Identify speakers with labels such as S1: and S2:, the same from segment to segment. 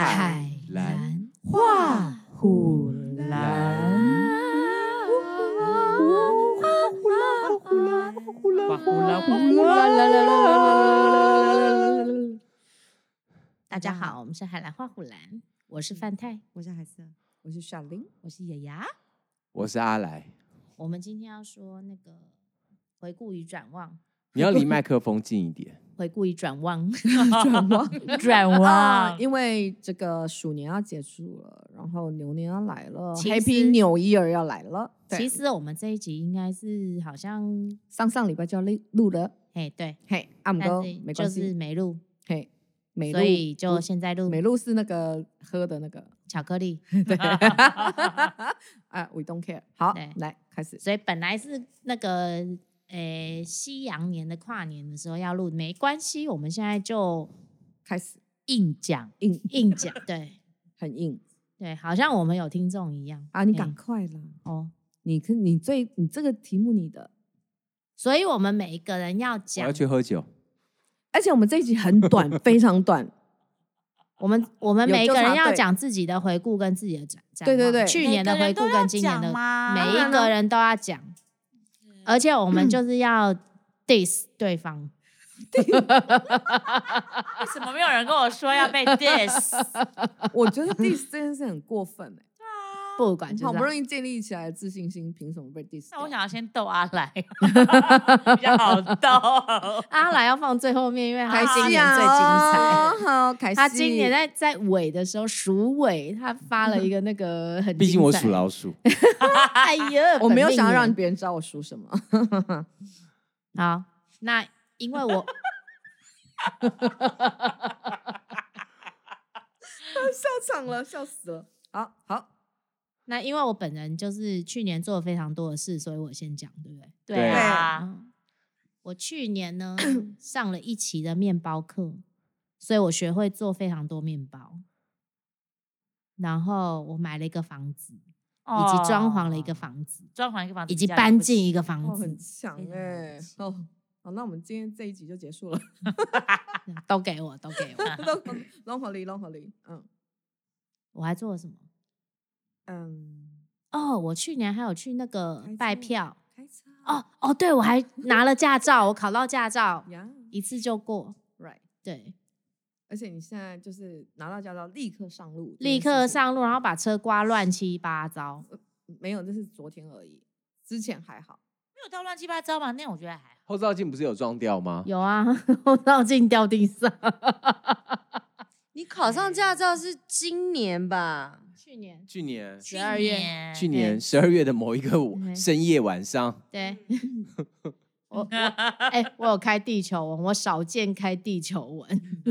S1: 海
S2: 蓝
S1: 画虎兰，
S2: 呼啦呼啦呼
S3: 大家好，我们是海蓝花虎兰，我是范太，
S1: 我是海瑟，我是小林，
S3: 我是雅雅。
S2: 我是阿来，
S3: 我们今天要说那个回顾与展望，
S2: 你要离麦克风近一点。
S3: 回顾与展望，
S1: 转望
S3: 转
S1: 啊！因为这个鼠年要结束了，然后牛年要来了
S3: 其
S1: ，Happy
S3: 实
S1: New Year 要来了。对
S3: 其实我们这一集应该是好像，
S1: 上上礼拜就要录录了，
S3: 哎，对，
S1: 嘿，阿姆
S3: 但
S1: 哥
S3: 是
S1: 没
S3: 就
S1: 关
S3: 是
S1: 系，
S3: 没录，
S1: 嘿，美
S3: 所以就
S1: 不
S3: 现在录
S1: 美露是那个喝的那个，
S3: 巧克力。
S1: 对， 啊，We don't care。好
S3: 对，
S1: 来开始。
S3: 所以本来是那个呃西洋年的跨年的时候要录，没关系，我们现在就
S1: 开始
S3: 硬讲
S1: 硬
S3: 硬讲，对
S1: 很硬
S3: 对，好像我们有听众一样
S1: 啊！你
S3: 嘿
S1: 赶快啦！
S3: 哦。
S1: 你可你最你这个题目你的，
S3: 所以我们每一个人要
S2: 我
S3: 讲
S2: 要，去喝酒，
S1: 而且我们这一集很短，非常短。
S3: 我们我们
S1: 有
S3: 每一
S1: 纠
S3: 个人
S1: 察
S3: 要
S1: 队
S3: 讲自己的回顾跟自己的展展
S1: 对对
S3: 望
S1: 对
S3: 去年的回顾跟今年的，每
S1: 当然
S3: 一
S1: 了
S3: 个人都要讲，
S1: 嗯
S3: 而且我们就是要 diss 对方，
S4: 为什么没有人跟我说要 被 diss？
S1: 我觉得 diss 这件事很过分哎、
S3: 不管啊就
S1: 好
S3: 是
S1: 不
S3: 要
S1: 容易建立起来的自信心，凭什么被 diss？
S4: 那我
S1: 掉
S4: 想要先逗阿 来，比较好逗。
S3: 阿来要放最后面，因为
S1: 凯
S3: 他今
S1: 西
S3: 年
S1: 啊，
S3: 最精彩。
S1: 哦好，凯西，
S3: 他今年在在尾的时候数尾，他发了一个那个很，
S2: 毕竟我属，老鼠。
S3: 哎呀，
S1: 我没有
S3: 本命
S1: 想要让
S3: 年
S1: 别人知道我属什么，
S3: 好，那因为 我
S1: 笑场了，笑死了。好好，
S3: 那因为我本人就是去年做了非常多的事，所以我先讲，对不对？
S4: 对啊，
S3: 啊，我去年呢上了一期的面包课，所以我学会做非常多面包。然后我买了一个房子，以及装潢了一个
S4: 哦，
S3: 房子，
S4: 装潢一个房子，
S3: 以及搬进一
S4: 个。
S3: 个房
S1: 哦，
S3: 子
S1: 很，强
S4: 非常
S1: 哎、
S4: 了不起
S1: 哦，好，那我们今天这一集就结束了。
S3: 都给我，都给我。
S1: 龙合理，龙合理，嗯
S3: 我还做了什么？
S1: 嗯，
S3: 哦，我去年还有去那个
S1: 还
S3: 拜
S1: 做
S3: 票。
S1: 开车
S3: 哦哦，对，我还
S5: 嗯
S3: 拿了驾照，我考到驾照，
S1: 呀
S3: 一次就过。
S1: ，right。
S3: 对，
S1: 而且你现在就是拿到驾照，立刻上路，
S3: 立刻，上路，然后把车刮乱七八糟。
S1: 没有，这是昨天而已，之前还好。
S4: 没有到乱七八糟吧？那我觉得还好。
S2: 后照镜不是有撞掉吗？
S3: 有啊，我绕镜掉地上。
S5: 嗯 你考上驾照是今年吧？
S3: 去年
S2: 去年，
S3: 去12月
S4: 年
S2: 去年十二月的某一个午
S3: 嗯
S2: 深夜晚上，
S3: 对，
S5: 嗯
S3: 我我哎、我有开地球文，我少见开地球文。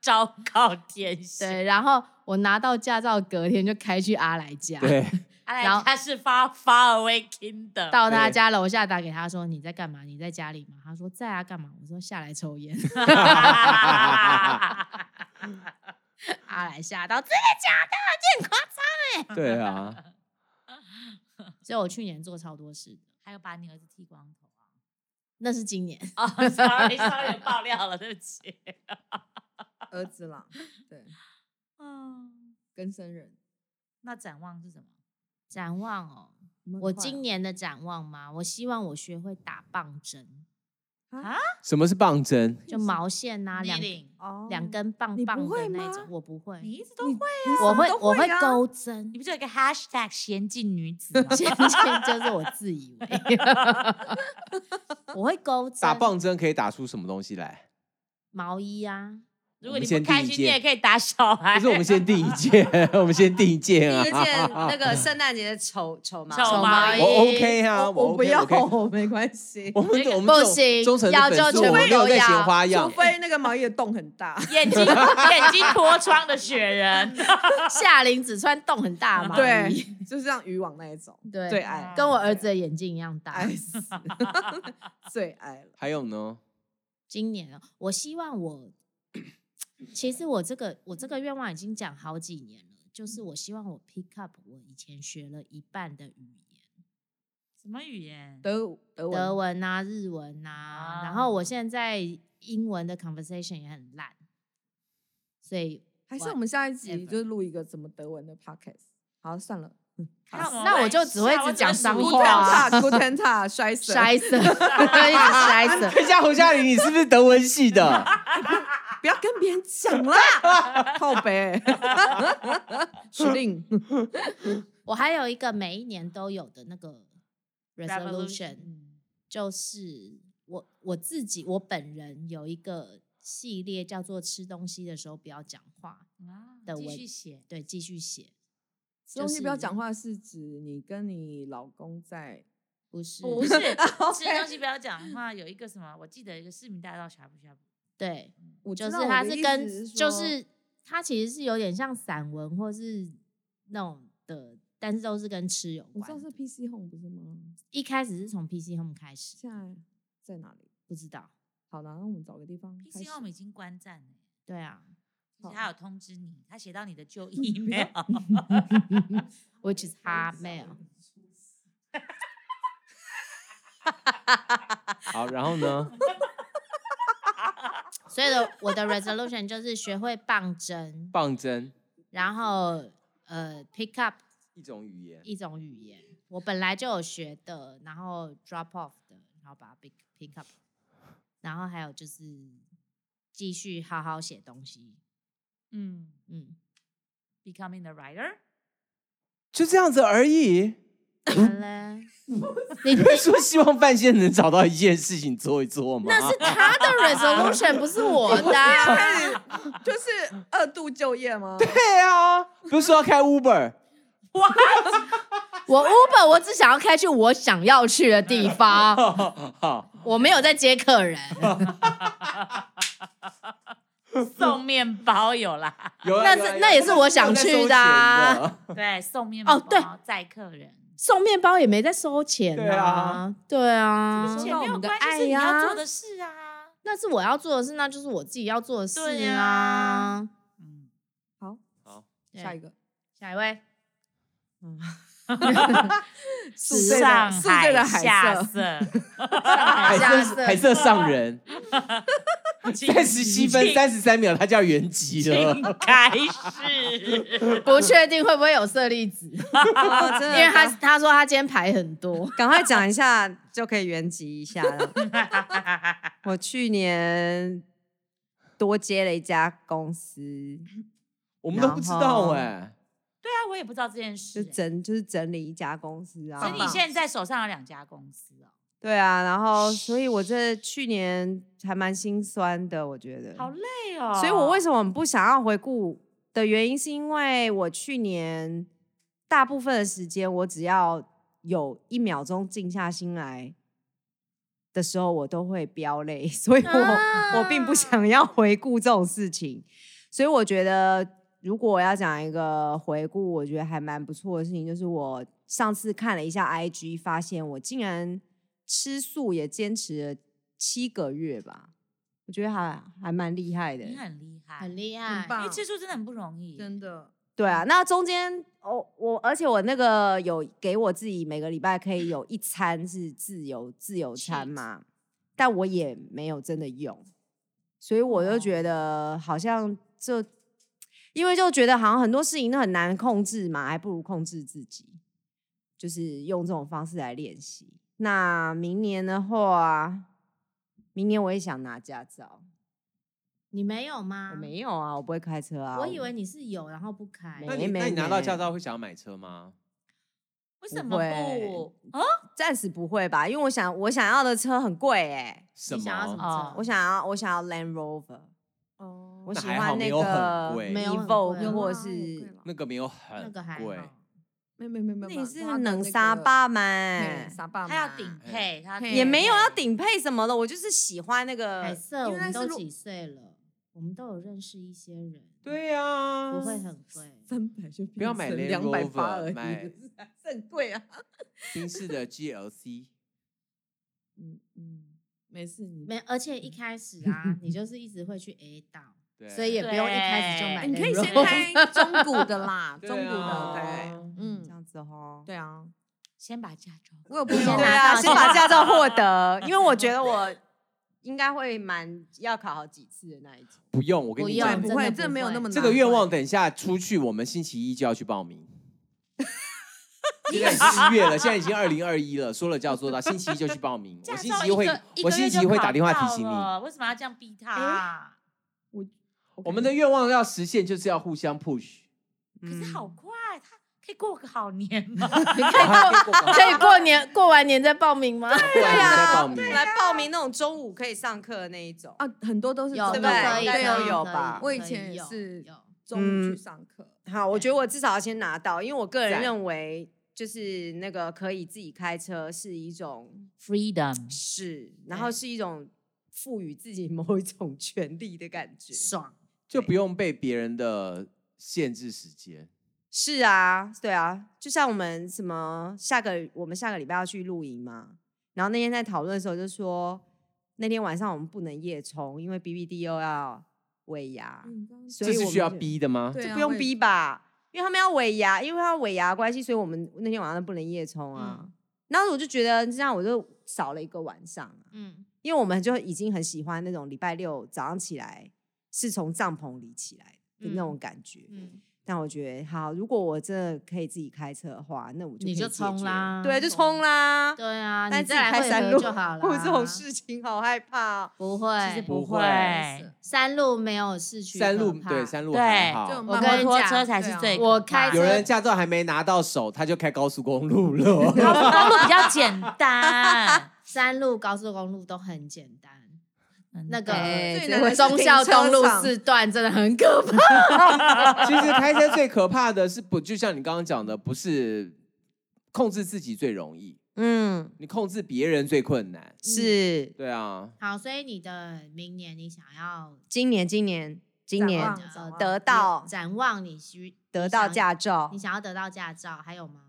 S4: 昭告天下。
S3: 对，然后我拿到驾照，隔天就开去阿来家，
S2: 对，
S4: 阿
S3: 然后
S4: 来哎他是发 far away kingdom，
S3: 到他
S2: 对
S3: 家楼下打给他说你在干嘛？你在家里吗？他说在啊，干嘛？我说下来抽烟。阿来吓到，真的假的？这很夸张。
S2: 对啊，
S3: 所以我去年做超多事的，
S4: 还有把你儿子剃光头 啊！
S3: 那是今年。
S4: 哦，sorry，sorry，爆料了，对不起。
S1: 儿子 啦，对，
S4: 嗯，
S1: 跟生人。
S4: 那展望是什么？
S3: 展望哦，
S1: 们
S3: 我
S1: 快啊
S3: 今年的展望嘛，我希望我学会打棒针，
S2: 什么是棒针？
S3: 就毛线呐、两
S4: Kneeling
S1: 哦
S3: 两根棒
S1: 你不
S3: 棒的
S1: 会
S3: 那
S1: 吗
S3: 种，我不会。
S4: 你一直都会啊，
S3: 我会
S1: 都
S3: 我
S1: 会
S3: 会
S1: 啊
S3: 钩针
S4: 你，不是有一个 hashtag 娴静女 子吗？
S3: 渐渐就是我自以 为，我会钩针
S2: 打棒针可以打出什么东西来？
S3: 毛衣啊，
S2: 我
S4: 如果
S2: 们
S4: 你
S2: 先
S4: 不开
S2: 定一
S4: 心，你也
S2: 件
S4: 可以打小 孩。
S2: 不是，我们先定一件， 我们先定一件
S5: 第一 件
S2: 啊。
S5: 那个圣诞节的丑丑毛，
S4: 丑毛衣
S2: 我 OK 啊，我
S1: 我不
S2: OK，
S1: 要
S2: OK，
S1: 没关系，
S2: 我们
S4: 这个
S2: 我们这种
S3: 不行
S2: 忠诚的
S3: 要
S2: 粉
S3: 就
S2: 丝
S3: 全
S2: 我们
S3: 部
S2: 没有
S3: 都
S2: 在
S3: 要
S2: 嫌花
S1: 除
S2: 样，
S1: 非那个毛衣的洞很大。
S4: 眼睛眼睛脱窗的雪人，
S3: 夏琳只穿洞很大的毛
S1: 对
S3: 衣，，
S1: 就是像渔网那一种，
S3: 对
S1: 最爱
S3: 跟我儿子的眼睛一样大
S1: 爱。死， 最爱了。
S2: 还有呢？
S3: 今年啊，我希望我， 其实我这个我这个愿望已经讲好几年了，就是
S1: 嗯
S3: 我希望我 pick up 我以前学了一半的语言。
S4: 什么语言？
S1: 德德文
S3: 德文啊、日文啊，然后我现在英文的 conversation 也很烂，所以
S6: 还是我们下一集
S3: whatever
S6: 就录一个怎么德文的 podcast？好，算了，
S3: 那那我就只会只讲脏
S6: 古
S3: 话啊
S6: 塔古 腾塔摔死，
S3: 摔死，一直摔死。
S2: 看一下侯嘉玲，你是不是德文系的？
S6: 不要跟别人 讲啦，靠北， 指令。
S3: 我还有一个每一年都有的那个 resolution，
S4: Revolution
S3: 就是我我自己我本人有一个系列叫做吃东西的时候不要讲话，的
S4: 啊继
S3: 文
S4: 续写，
S3: 对，继续写，
S6: 吃东西不要讲
S3: 就是
S6: 话是指你跟你老公在哦
S3: 不是
S4: 不是吃
S6: OK
S4: 东西不要讲话，有一个什么，我记得有一个市民大道呷哺呷哺，
S3: 对，
S6: 我
S3: 就
S6: 知
S3: 是
S6: 道我
S3: 它
S6: 的意
S3: 是
S6: 思
S3: 跟
S6: 是
S3: 就
S6: 说
S3: 是它其实是有点像散文或是那种的，但是都是跟吃有
S6: 我知道
S3: 关
S6: 是
S3: 的。
S6: PC Home 不是吗？
S3: 一开始是从 PC Home 开始，
S6: 现在在哪里？
S3: 不知道，
S6: 好啦，那我们找个地方开
S4: PC
S6: 始。
S4: Home 已经关站了。
S3: 对啊
S4: 其
S6: 好
S4: 实他有通知你，他写到你 的旧 email，
S3: ，which is Hotmail。
S2: 好，然后呢？
S3: 所以的我的 resolution 就是学会棒针，
S2: 棒针
S3: 然后呃 pick up
S2: 一种语言，
S3: 一种语言，我本来就有学的，然后 drop off 的，然后把它 pick pick up，然后还有就是继续好好写东西，
S4: 嗯
S3: 嗯，
S4: ，becoming a writer，
S2: 就这样子而已。
S3: 好嘞，
S2: 嗯
S3: 你
S2: 你会说希望范先生能找到一件事情做一做吗？
S3: 那是他的 resolution，不是我的啊、
S6: 开始就是二度就业吗？
S2: 对啊，不是说要开 Uber，
S3: 我 Uber 我只想要开去我想要去的地方，
S2: 好，
S3: 我没有在接客 人。
S4: 送面包有啦，
S2: 有啊
S3: 那
S2: 有啊
S3: 是
S2: 有啊
S3: 那也是我想
S2: 有在收
S3: 去的啊
S2: 钱的
S4: 对，送面包
S3: 哦对
S4: 载客人，
S3: 送面包也没在收钱
S2: 对啊，
S3: 对啊
S6: 收
S4: 钱
S6: 到
S4: 没
S6: 我
S4: 有
S6: 们的
S4: 关系，
S6: 爱
S4: 是你要
S6: 呀
S4: 做的事啊，
S3: 那是我要做的事，那就是我自己要做的事
S4: 对
S3: 啊
S4: 啊。嗯，
S6: 好，
S2: 好，
S3: 对
S6: 下一个。
S3: 下一位，
S6: 宿醉的
S4: 上
S6: 宿醉的海
S4: 下
S6: 瑟
S4: 色，
S2: 海
S3: 下
S2: 色
S3: 色
S2: 海色 上人，三十七分三十三秒，他就要原籍了。
S4: 请开始，
S3: 不确定会不会有色粒子，
S1: 哦真
S3: 因
S1: 的
S3: 为他
S1: 赶
S3: 他说他今天排很多。
S1: 赶快讲一下就可以原籍一下了。我去年多接了一家公司，
S2: 我们都不知道哎，
S4: 对啊，我也不知道这件
S1: 就
S4: 事、欸。
S1: 整就是整理一家公司啊。
S4: 所以你现在手上有两家公司哦，
S1: 对啊，然后所以我这去年还蛮心酸的，我觉得。
S4: 好累哦。
S1: 所以我为
S4: 么
S1: 什么不想要回顾的原因，是因为我去年大部分的时间，我只要有一秒钟静下心来的时候，我都会飙泪，所以我、
S3: 啊
S1: 我并不想要回顾这种事情。所以我觉得，如果我要讲一个回顾，我觉得还蛮不错的事情，就是我上次看了一下 IG，发现我竟然吃素也坚持了七个月吧，我觉得还还蛮厉害的。
S4: 你很厉害，
S3: 很厉害
S6: 很，
S4: 因
S6: 棒
S4: 为吃素真的很不容易，
S6: 真的，
S1: 对啊，那中间哦，我而且我那个有给我自己每个礼拜可以有一餐是自由自由餐
S3: Cheat
S1: 嘛，但我也没有真的用，所以我就觉得好像就因为就觉得好像很多事情都很难控制嘛，还不如控制自己，就是用这种方式来练习。那明年的话，明年我也想拿驾照，
S3: 你没有吗？
S1: 我没有啊，我不会开车啊，
S3: 我以为你是有，然后不开。
S2: 那
S1: 没
S2: 你那你拿
S1: 没
S2: 到驾照会想要买车吗？
S4: 为什么
S1: 会
S4: 不？哦，
S1: 暂时不会吧，因为我想我想要的车很贵哎、
S2: 什
S3: 你想要什
S2: 么？
S3: 么
S4: 哦
S3: 车？
S1: 我想要我想要 Land Rover，
S6: 哦
S1: 我
S2: 那
S1: 喜
S2: 还好
S1: 欢
S2: 没
S1: 那
S2: 有很
S1: 个
S2: 贵
S3: 没有很
S1: Evo
S3: 贵
S1: 或
S6: 啦有贵
S1: 是
S6: 啦
S2: 那个没有
S3: 那
S2: 很
S3: 个还
S2: 贵
S3: 好，。
S6: 没没没没，
S1: 那
S6: 没
S1: 也是
S6: 它的
S1: 能
S6: 那
S1: 沙欸
S6: 个
S1: 巴
S6: 嘿
S1: 嘛，
S6: 沙巴嘛，
S4: 他要 顶配，他
S6: 嘿
S1: 也没有要顶
S4: 顶
S1: 配什么的，我就是喜欢那
S3: 海
S1: 个。
S3: 瑟，
S6: 因
S3: 我们
S6: 为那是
S3: 都
S6: 路
S3: 几岁了，我们都有认识一些人，，
S2: 对啊呀，
S3: 不会很贵。
S6: 三百就
S2: 不要买
S6: 两百
S2: Land
S6: 八
S2: Rover，
S6: 而已
S2: 买，
S6: 很贵啊。
S2: 宾士的 GLC。
S6: 嗯嗯，没事，你
S3: 没，而且一开始啊，你就是一直会去 A 岛，
S2: 对
S3: 所以也不用一开始就买
S6: 哎
S3: 那
S6: 你
S3: 个肉。
S6: 可以先开中古的啦，中
S2: 对
S6: 古的，
S1: 哦
S2: 啊
S6: 对，
S1: 这
S6: 嗯，
S1: 样子哦，
S6: 对啊，
S4: 先把驾照。
S6: 我有朋
S3: 先
S6: 友
S1: 对
S3: 拿
S1: 啊，
S3: 到
S1: 先把驾照获得，因为我觉得我应该会蛮要考好几次的那一种。
S2: 不用，我跟
S3: 不
S2: 你
S3: 用
S2: 讲
S3: 真，的
S6: 会，
S3: 不
S6: 这没有那么难。
S2: 这个愿望等一下出去，我们星期一就要去报名。现在已经一月了，现在已经二零二一了，说了就要做到，星期一就去报名。我星期一会，我星期一会打电话提醒你。
S4: 你，为什么要这样逼他啊？
S2: 我们的愿望要实现，就是要互相 push。
S4: 可是好
S1: 嗯
S4: 快，啊他可以过个好 年吗？
S3: 可以过年过完年再报名吗？
S2: 对
S1: 对
S2: 再
S1: 啊
S2: 报，名。
S1: 来报名那种中午可以上课的那一种。
S6: 啊，很多都是
S3: 有
S6: 这
S1: 对
S6: 样
S1: 不对
S3: 可以
S1: 应该
S6: 对
S1: 都
S3: 可以
S1: 有
S3: 可
S1: 吧
S6: 我以
S3: 可
S6: 前也
S3: 有
S6: 是
S3: 有
S6: 中午去
S1: 嗯
S6: 上课，
S1: 好，我觉得我至少要先拿到，因为我个人
S2: 赞
S1: 认为，就是那个可以自己开车是一种
S4: freedom
S1: 是，然后
S4: 对
S1: 是一种赋予自己某一种权利的感觉。
S4: 爽，
S2: 就不用被别人的限制时间。
S1: 是啊，对啊，就像我们什么下个我们下个礼拜要去露营嘛，然后那天在讨论的时候就说，那天晚上我们不能夜冲，因为 B B D 又要尾牙，
S6: 啊
S1: 所
S2: 这
S1: 以
S2: 是
S1: 我
S2: 需
S1: 们
S2: 要
S1: 就
S2: 逼的吗？
S6: 嗯对啊
S1: 这不用
S6: 我也
S1: 逼吧？因为他们要尾牙，因为他尾牙的关系，所以我们那天晚上不能夜冲啊。
S6: 嗯
S1: 然后我就觉得这样，我就少了一个晚上啊，
S3: 嗯，
S1: 因为我们就已经很喜欢那种礼拜六早上起来是从帐篷里起来的那种感觉。
S3: 嗯
S1: 但我觉得，好，如果我真的可以自己开车的话，那我就
S3: 你
S1: 可以
S3: 就
S1: 解
S3: 冲
S1: 决
S3: 啦
S1: 对，就冲啦。
S3: 对啊，
S1: 但
S3: 你
S1: 自
S3: 再
S1: 己
S3: 来
S1: 开
S3: 会
S1: 山
S3: 合
S1: 路
S3: 就好了。
S1: 我这种事情好害怕、 哦。
S3: 不会，
S4: 其实
S2: 不会
S4: 会，
S3: 山路没有市区
S2: 山路
S3: 可怕
S2: 对山路
S4: 对
S2: 还
S6: 就
S2: 好，
S6: 慢
S4: 我
S6: 慢
S4: 跟拖
S3: 讲
S4: 车才
S6: 对
S4: 是
S6: 啊
S4: 最可怕。
S3: 我开
S2: 有
S3: 车
S2: 人驾照还没拿到手，他就开高速公路了。
S4: 高速公路比较简 单，
S3: 山路、高速公路都很简单。
S4: 嗯
S3: 那个
S1: 哎
S6: 最难的是
S3: 啊忠孝东路
S6: 停车场
S3: 四段真的很可怕。
S2: 其实开车最可怕的是不，就像你刚刚讲的，不是控制自己最容易，
S1: 嗯，
S2: 你控制别人最困难。
S1: 是
S2: 对啊，
S3: 好，所以你的明年你想要呃
S1: 今年，今年，今
S6: 展
S1: 年
S6: 望展望
S1: 得到
S3: 展望啊你需
S1: 得到，驾
S3: 你
S1: 照
S3: 想你，想要得到驾照还有吗？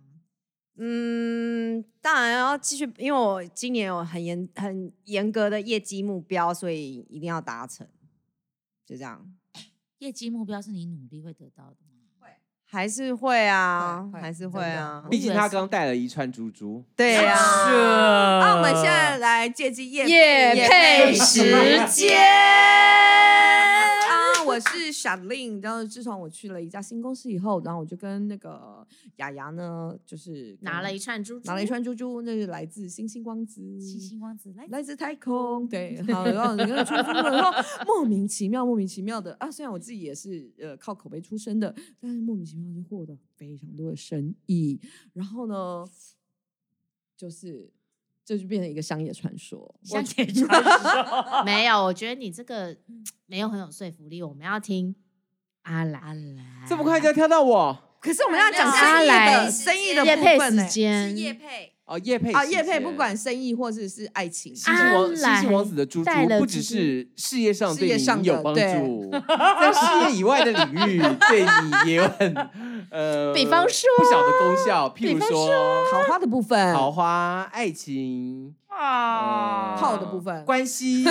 S1: 嗯，当然要继续，因为我今年有很严很严格的业绩目标，所以一定要达成，就这样。
S4: 业绩目标是你努力会得到的吗？
S1: 还是会啊，
S6: 会会
S1: 还是会啊
S6: 真，
S2: 毕竟他刚带了一串珠珠，
S1: 对呀、
S6: 是
S4: 啊
S6: 那我们现在来借机夜
S3: 业
S6: 夜
S3: 配时
S6: 间。啊，我是 s h a l i n 然后自从我去了一家新公司以后，然后我就跟那个雅雅呢，就是跟
S3: 拿了一串珠珠，
S6: 拿了一串珠珠，那是来自星星光子，
S4: 星星光子来
S6: 来自太空，对，好，然后你看出书了，然后莫名其妙，莫名其妙的啊，虽然我自己也是呃靠口碑出身的，但是莫名其妙就获得非常多的生意，然后呢，就是这就变成一个商业传说，
S4: 向前传说，
S3: 没有，我觉得你这个嗯没有很有说服力。我们要听阿兰，
S2: 这么快就要跳到我
S6: 可是我们要讲
S3: 阿
S6: 生意
S3: 来
S6: 的生意的
S3: 夜
S6: 部
S3: 配
S6: 分呢、
S3: 时间，
S1: 配，
S2: 哦，叶佩
S6: 啊，叶配不管生意或者是爱情，
S2: 星星王
S3: 阿
S2: 星
S3: 来
S2: 星王子的珠珠
S3: 带了
S2: 不只
S3: 珠珠
S2: 是事业上
S6: 事
S2: 对
S6: 业
S2: 你
S6: 上的
S2: 有帮
S6: 对
S2: 助，在事业以外的领域对你也有很 呃，
S3: 比方说
S2: 不小的功效，譬如
S3: 比方
S2: 说
S6: 桃花的部分，
S2: 桃花、爱情、
S4: 啊
S2: 呃
S6: 泡的部分
S2: 关系。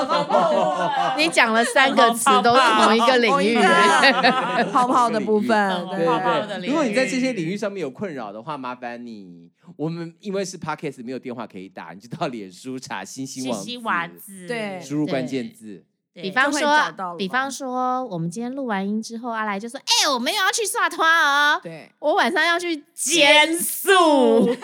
S6: 哦
S3: 你讲了 三个词都是同一个领域
S6: 同一，个泡泡的部分，
S4: 同一
S2: 对
S4: 个领域泡泡
S2: 对
S4: 的
S2: 对，
S4: 领
S2: 如果你在这些
S4: 域
S2: 领域上面有困扰的话，麻烦你，我们因为是 podcast 没有电话可以打，你就到脸书查星星
S4: 星
S2: 王
S4: 星丸
S2: 子
S4: 子，
S6: 对
S2: 输入关键字。
S4: 对，
S3: 比方
S6: 就会找到
S3: 说
S6: 了，
S3: 比方说，我们今天录完音之后，阿来就说：“哎、我没有要去刷团哦，
S6: 对，
S3: 我晚上要去减速。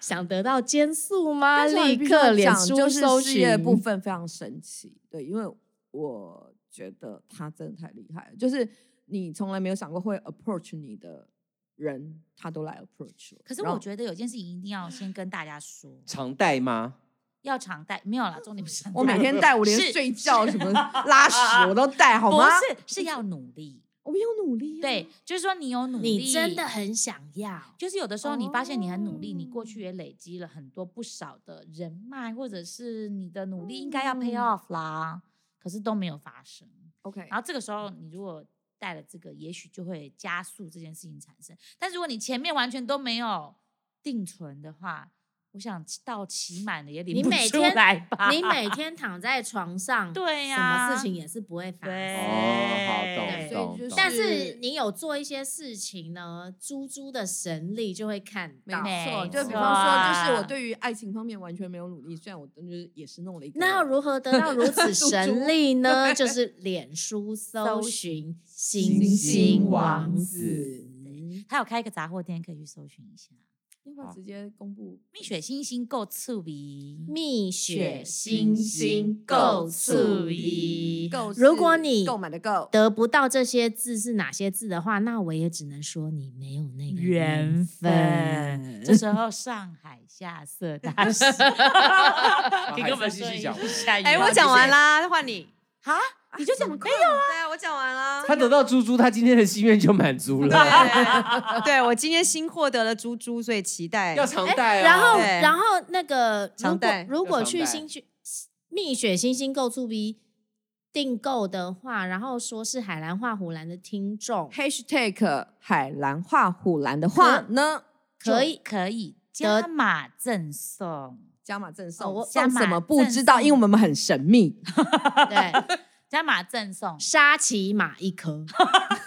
S3: 想得到减速吗？
S6: 但是我
S3: 立
S6: 必须
S3: 刻
S6: 要
S3: 脸
S6: 讲
S3: 书
S6: 就是
S3: 搜
S6: 事业
S3: 寻
S6: 的部分非常神奇，对，因为我觉得他真的太厉害了，就是你从来没有想过会 approach 你的人，他都来 approach 了。
S4: 可是
S6: 然
S4: 我
S6: 后
S4: 觉得有件事情一定要先跟大家说，
S2: 常带吗？
S4: 要常带，没有啦，重点不是常
S6: 我每
S4: 戴
S6: 天带，我连
S4: 是
S6: 睡觉 什么拉屎我都带，好
S4: 不
S6: 吗？
S4: 是是要努力，
S6: 我们要努力、啊，
S4: 对，，就是说你有努力，
S3: 你真的很想要。
S4: 就是有的时候你发现你很努力，你
S6: 哦
S4: 过去也累积了很多不少的人脉，或者是你的努力应该要
S6: 嗯
S4: pay off 啦，可是都没有发生。
S6: ，OK，
S4: 然后这个时候你如果带了这个，也许就会加速这件事情产生。但如果你前面完全都没有定存的话，我想到期满了也
S3: 你
S4: 领不
S3: 每
S4: 出
S3: 天
S4: 来吧？
S3: 你每天躺在床 上，什
S4: 对啊呀
S3: 么事情也是不会发
S4: 对
S3: 生。
S2: 哦，
S4: 对
S6: 所以
S2: 好懂懂
S6: 就是
S2: 懂。
S3: 但是你有做一些事情呢，猪猪的神力就会看
S6: 没
S3: 到。
S6: 错，
S4: 没
S6: 就比
S4: 错
S6: 方说，就是我
S4: 啊
S6: 对于爱情方面完全没有努力，虽然我就是也是弄了一个，
S3: 那要如何得到如 此
S6: 猪猪
S3: 神力呢？就是脸书搜
S4: 搜
S3: 寻“
S2: 星
S3: 星星
S2: 星
S3: 王
S2: 王
S3: 子
S2: 子，
S4: 他有开一个杂货店，可以去搜寻一下。
S6: 要不要直接公布？
S4: 蜜雪星星够刺鼻”，
S3: 蜜雪星星够醋意。
S6: 购
S3: 如
S6: 是
S3: 果你
S6: 购买的购，
S3: 得不到这些字是哪些字的话，那我也只能说你没有那个
S4: 缘分。这
S3: 分。
S4: 时候上海下色大师给我们说一
S2: 把海狮
S4: 下。
S1: 哎，我讲完啦，换你。
S4: 啊，你就讲没有？
S1: 对啊，我讲完啦。
S2: 他得到猪猪，他今天的心愿就满足了，
S1: 对，对我今天新获得了猪猪，所以期待。
S2: 要常戴
S3: 哎
S2: 哦。
S3: 然后，
S1: 对
S3: 然后那个如
S1: 常
S3: 果
S1: 戴
S3: 如
S2: 要
S3: 果
S2: 常
S3: 去
S2: 戴
S3: 星去蜜雪星星购促 B 订购的话，然后说是海兰画虎兰的听众，
S6: #hashtag 海蓝画虎蓝的话呢，
S3: 可以
S4: 可以加码赠送，
S6: 加码赠
S3: 哦
S6: 送，
S3: 我
S6: 送
S4: 加码
S6: 什么不
S4: 赠
S6: 知道，
S4: 送
S6: 因为我们很神秘，
S3: 对，
S4: 加码赠送。
S3: 沙琪玛一颗。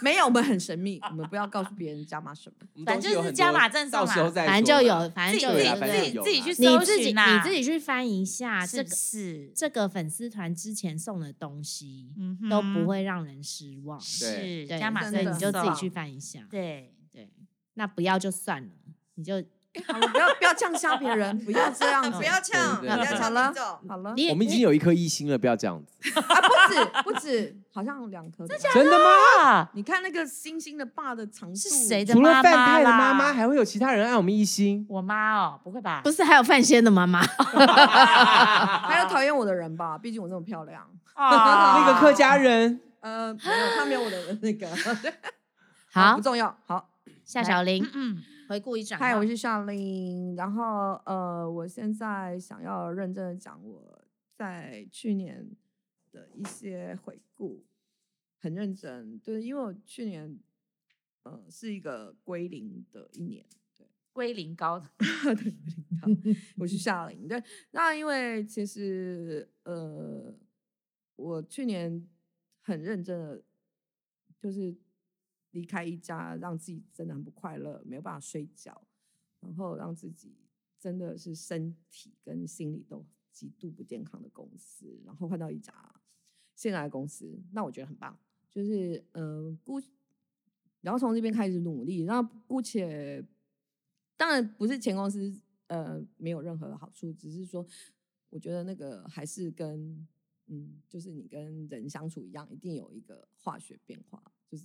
S6: 没有，我们很神 秘，我们不要告诉别人加码什么。
S2: 我们
S4: 反
S2: 东西
S4: 正
S2: 有
S4: 是
S2: 很
S4: 加
S2: 多
S4: 码赠送
S2: 到时
S4: 啦
S2: 候再
S3: 反正
S2: 说
S3: 就
S2: 吧
S3: 有，反
S4: 自
S3: 正
S4: 己
S3: 就有，
S2: 啦反
S4: 自
S2: 正
S4: 己
S2: 有
S4: 自己
S2: 啦
S4: 去
S3: 你
S4: 搜
S3: 自己
S4: 寻啊啦，
S3: 你自己去翻一下这
S4: 是不
S3: 个
S4: 是？
S3: 这个粉丝团之前送的东西，
S4: 嗯哼
S3: 都不会让人失望。
S4: 是
S3: 对，
S4: 加码
S3: 所以
S4: 赠
S3: 你就
S4: 送，
S3: 自己去翻一下。
S4: 对。
S3: 对，那不要就算了，你就
S6: 好了，不要不要这样吓别人，不要这 样子，
S1: 不要呛，
S2: 对
S1: 不
S2: 对
S1: 要
S2: 对
S1: 呛
S6: 好
S1: 林
S6: 了
S1: 总。
S6: 好了
S3: 你，也
S2: 我们已经
S3: 你
S2: 有一颗一星了，不要这样子。
S6: 啊，不止不止，好像有两颗。
S2: 真的吗？
S4: 啊，
S6: 你看那个星星的爸的长度
S4: 是谁的
S2: 除了
S4: 妈
S2: 范
S4: 妈
S2: 太的
S4: 啦
S2: 妈妈，还会有其他人爱我们一星？
S4: 我妈哦，不会吧？
S3: 不是还有范仙的妈 妈？
S6: 还有讨厌我的人吧，毕竟我这么漂亮。
S4: 啊
S2: 那个客家人，
S6: 呃，没有，他没有我的那个，
S3: 好
S6: 不，重要。好，
S3: 夏小玲
S4: 嗯
S3: 回顾一转
S6: 嗨，
S3: 望
S6: 我，是夏琳。然后呃，我现在想要认真的讲我在去年的一些回顾，很认真，对，因为我去年呃是一个归零的一年，
S4: 龟苓膏，
S6: 对，我领导我是夏琳。对，那因为其实呃，我去年很认真的，就是离开一家，让自己真的很不快乐，没有办法睡觉，然后让自己真的是身体跟心理都极度不健康的公司，然后换到一家现在的公司，那我觉得很棒。就是呃，姑，然后从这边开始努力，然后姑且，当然不是前公司呃没有任何好处，只是说我觉得那个还是跟嗯，就是你跟人相处一样，一定有一个化学变化，就是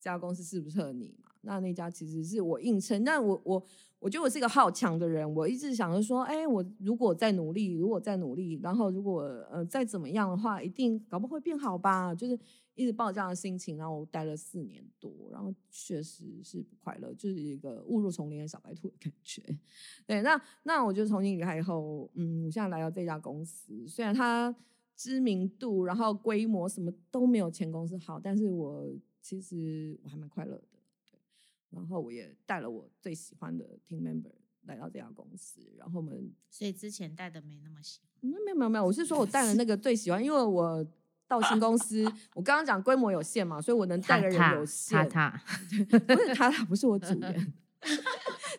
S6: 这家公司适不适合你嘛。那那家其实是我硬撑，但我我我觉得我是一个好强的人，我一直想着说，哎，我如果再努力，如果再努力，然后如果呃再怎么样的话，一定搞不好会变好吧。就是一直抱着这样的心情，然后我待了四年多，然后确实是不快乐，就是一个误入丛林的小白兔的感觉。对，那那我就从你离开以后，嗯，我现在来到这家公司，虽然它知名度，然后规模什么都没有前公司好，但是我其实我还蛮快乐的。对，然后我也带了我最喜欢的 team member 来到这家公司，然后我们嗯
S3: 所以之前带的没那么喜欢。
S6: 没有没有没有没有，我是说我带了那个最喜欢，因为我到新公司，我刚刚讲规模有限嘛，所以我能
S3: 塔
S6: 带的人有限
S3: 塔。 塔
S6: 不是塔塔，不是我组员，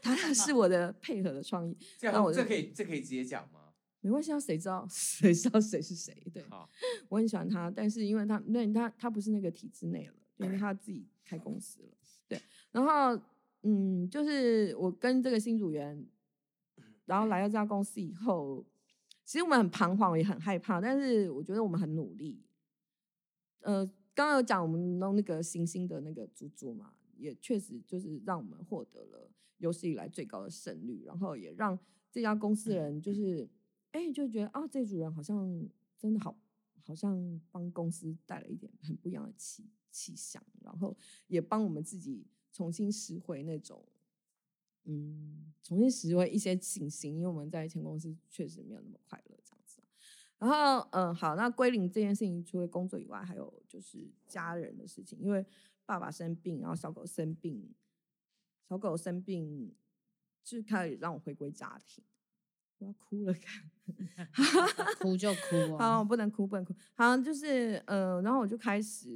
S6: 塔塔是我的配合的创意，
S2: 这
S6: 那我就
S2: 这可以这可以直接讲吗？
S6: 没关系啊，谁知道 谁知道谁是谁？对
S2: 好，
S6: 我很喜欢他，但是因为他那他他不是那个体制内了，因为他自己开公司了。对，然后嗯，就是我跟这个新组员，然后来到这家公司以后，其实我们很彷徨，也很害怕，但是我觉得我们很努力。呃，刚刚有讲我们弄那个行星的那个猪猪嘛，也确实就是让我们获得了有史以来最高的胜率，然后也让这家公司的人就是，哎，就觉得啊，这组人好像真的好，好像帮公司带了一点很不一样的气气象，然后也帮我们自己重新拾回那种。嗯，重新拾回一些信心，因为我们在前公司确实没有那么快乐，这样子。啊然后，嗯，好，那归零这件事情，除了工作以外，还有就是家人的事情，因为爸爸生病，然后小狗生病，小狗生病，就是开始让我回归家庭。我要哭了，
S3: 哭就哭
S6: 好，
S3: 哦
S6: 我。不能哭，不能哭。好，就是呃，然后我就开始，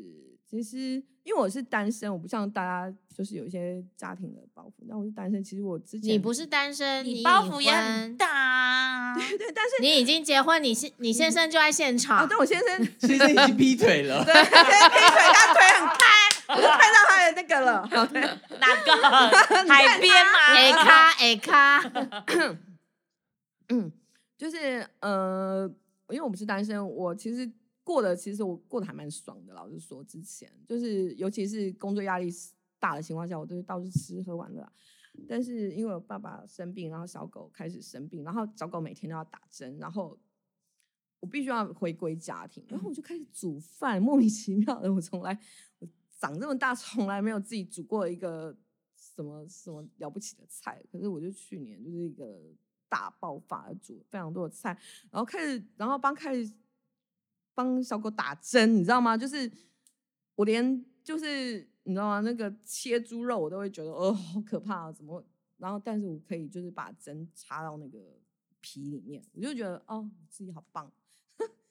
S6: 其实因为我是单身，我不像大家就是有一些家庭的包袱。那我是单身，其实我之前
S3: 你不是单身，
S4: 你
S3: 已
S4: 包袱也很
S3: 婚，
S4: 大 啊，
S6: 对对，但是
S3: 你已经结婚，你先你先生就在现场。
S6: 啊，但我先生
S2: 先生已经劈腿了，
S6: 对，先生劈腿，他腿很开，我就看到他的那个了。好对
S4: 哪 个海边
S3: 哎
S6: 啊
S4: 吗？
S3: 咔哎咔，
S6: 嗯，就是呃，因为我不是单身，我其实过得其实我过得还蛮爽的啦。老实说，之前就是尤其是工作压力大的情况下，我都是到处吃喝玩乐啊。但是因为我爸爸生病，然后小狗开始生病，然后小狗每天都要打针，然后我必须要回归家庭，然后我就开始煮饭，莫名其妙的，我从来我长这么大从来没有自己煮过一个什么什么了不起的菜，可是我就去年就是一个大爆发，煮非常多的菜，然后开始，然后帮开始帮小狗打针，你知道吗？就是我连就是你知道吗？那个切猪肉我都会觉得哦，好可怕啊！怎么会？然后但是我可以就是把针插到那个皮里面，我就觉得哦，自己好棒，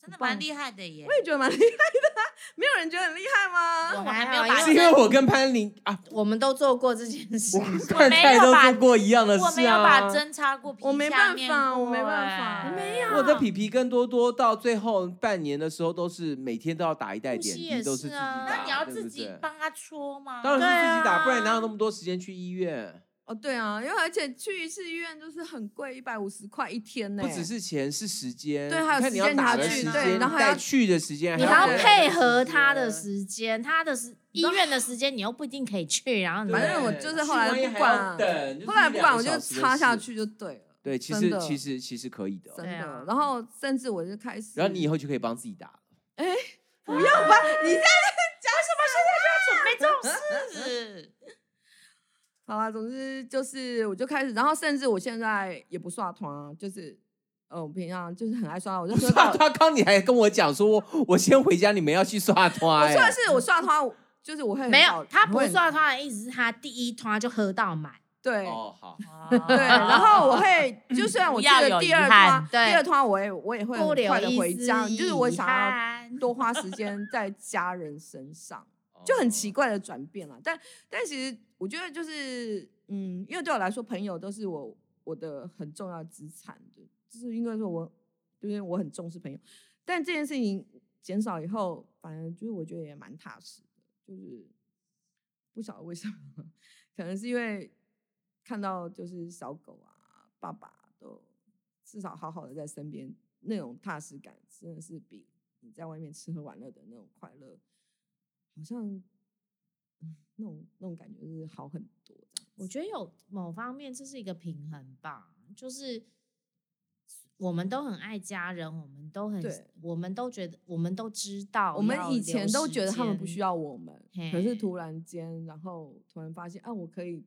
S4: 真的蛮厉害的耶
S6: 我。也觉得蛮厉害的啊、没有人觉得很厉害吗？
S3: 我
S4: 我
S3: 还
S4: 还
S3: 没
S4: 没有
S3: 有
S4: 把
S6: 啊
S3: 把
S2: 是因为我跟潘玲 啊，
S3: 我们都做过这件事
S2: 我。跟范太都做过一样的事啊。
S4: 我没有把针插过皮
S6: 我没
S4: 下
S6: 办
S4: 面
S6: 法我没
S4: 过
S6: 办法
S4: 哎
S6: 没有
S2: 我的皮皮跟多多到最后半年的时候，都是每天都要打一袋
S3: 呼吸
S2: 点
S3: 也
S2: 滴，都
S3: 是
S2: 自己
S3: 啊
S2: 打，
S4: 那你要
S2: 对不
S4: 自己
S2: 对
S4: 帮他戳吗？
S2: 当然是自己打，
S6: 对啊
S2: 不然哪有那么多时间去医院？
S6: 哦，对啊，因为而且去一次医院就是很贵，一百五十块一天呢、
S2: 不只是钱，是时间。
S6: 对还有
S2: 你看你
S6: 时间
S2: 要打的
S6: 你
S2: 时
S6: 还
S2: 间，
S6: 要去对然后还要
S2: 带去的时间，
S3: 你还
S6: 还
S2: 要
S6: 要
S3: 要
S2: 带
S3: 配
S2: 回来
S3: 合
S2: 时
S3: 他的
S2: 间
S3: 时间，他的时医院的时间你又不一定可以去，然后你
S2: 对
S6: 反正我就是后来
S2: 去完也
S6: 不管
S2: 还要等就是
S6: 后来不管，我
S2: 一两个小
S6: 就
S2: 时的
S6: 插下
S2: 事
S6: 去就对了，
S2: 对，其
S6: 真
S2: 实
S6: 的
S2: 其实其实可以的哦。
S6: 真
S3: 对啊
S6: 的。然后甚至我就开始，
S2: 然后你以后就可以帮自己打了。
S6: 不要吧，你这样
S4: 没这种事。
S6: 好啦，总之就是我就开始，然后甚至我现在也不刷团啊，就是呃，我平常就是很爱刷，我就说
S2: 刷他
S6: 到
S2: 刚你还跟我讲说，我先回家，你们要去刷
S6: 我
S2: 团。
S6: 说的是我刷团，就是我会很
S3: 没
S6: 早
S3: 有他
S6: 我
S3: 不
S6: 会很
S3: 算他的意思，是他第一团就喝到满，
S6: 对。
S2: 哦，好，
S6: 对，
S4: 对
S6: 然后 我会，就虽然我
S4: 不
S6: 去
S4: 要
S6: 了
S4: 有
S6: 第
S4: 遗
S6: 二
S4: 憾
S6: 团，第
S3: 对
S6: 二团我也我也会
S3: 不
S6: 很
S3: 留
S6: 快的
S3: 一
S6: 回
S3: 丝
S6: 家，就是我
S3: 遗
S6: 想要
S3: 憾
S6: 多花时间在家人身上。
S2: 哦
S6: 就很奇怪的转变了。但但其实我觉得就是，嗯，因为对我来说，朋友都是我我的很重要的资产的，就是因为说我就是我很重视朋友，但这件事情减少以后，反正就是我觉得也蛮踏实的，就是不晓得为什么，可能是因为看到就是小狗啊、爸爸啊都至少好好的在身边，那种踏实感真的是比你在外面吃喝玩乐的那种快乐，好像嗯那种那种感觉就是好很多这样子。
S3: 我觉得有某方面这是一个平衡吧，就是我们都很爱家人，我们都很
S6: 对，
S3: 我们都觉得，我们都知道，
S6: 我们以前都觉得他们不需
S3: 要
S6: 要我们，可
S3: 嘿
S6: 是突然间，然后突然发现啊，我可以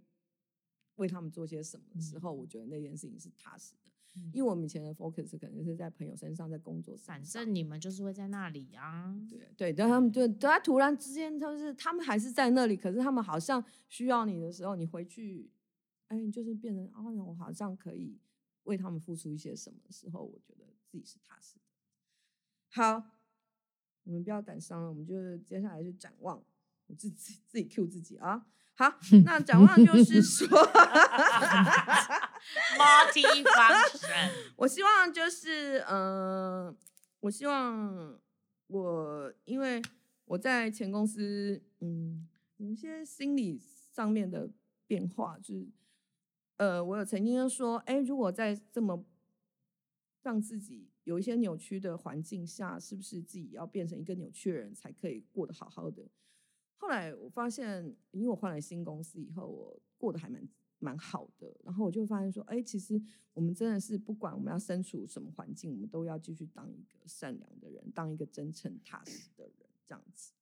S6: 为他们做些什么的
S3: 嗯
S6: 时候，我觉得那件事情是踏实的。
S3: 留时间，
S6: 因为我们以前的 focus 可能是在朋友身上，在工作身上，
S3: 嗯反正你们就是会在那里啊。
S6: 对对，但他们就等他突然之间，就是他们还是在那里，可是他们好像需要你的时候，你回去，哎，你就是变成啊，我好像可以为他们付出一些什么的时候，我觉得自己是踏实的。好，我们不要感伤了，我们就是接下来是展望，我自己自己 Q 自己啊。好，那展望就是说，
S4: Multifunction，
S6: 我希望就是，嗯、我希望我因为我在前公司，嗯，有一些心理上面的变化，就是，呃，我有曾经就说，哎，如果在这么让自己有一些扭曲的环境下，是不是自己要变成一个扭曲的人，才可以过得好好的？后来我发现，因为我换了新公司以后，我过得还蛮蛮好的。然后我就发现说，哎，其实我们真的是不管我们要身处什么环境，我们都要继续当一个善良的人，当一个真诚踏实的人，这样子。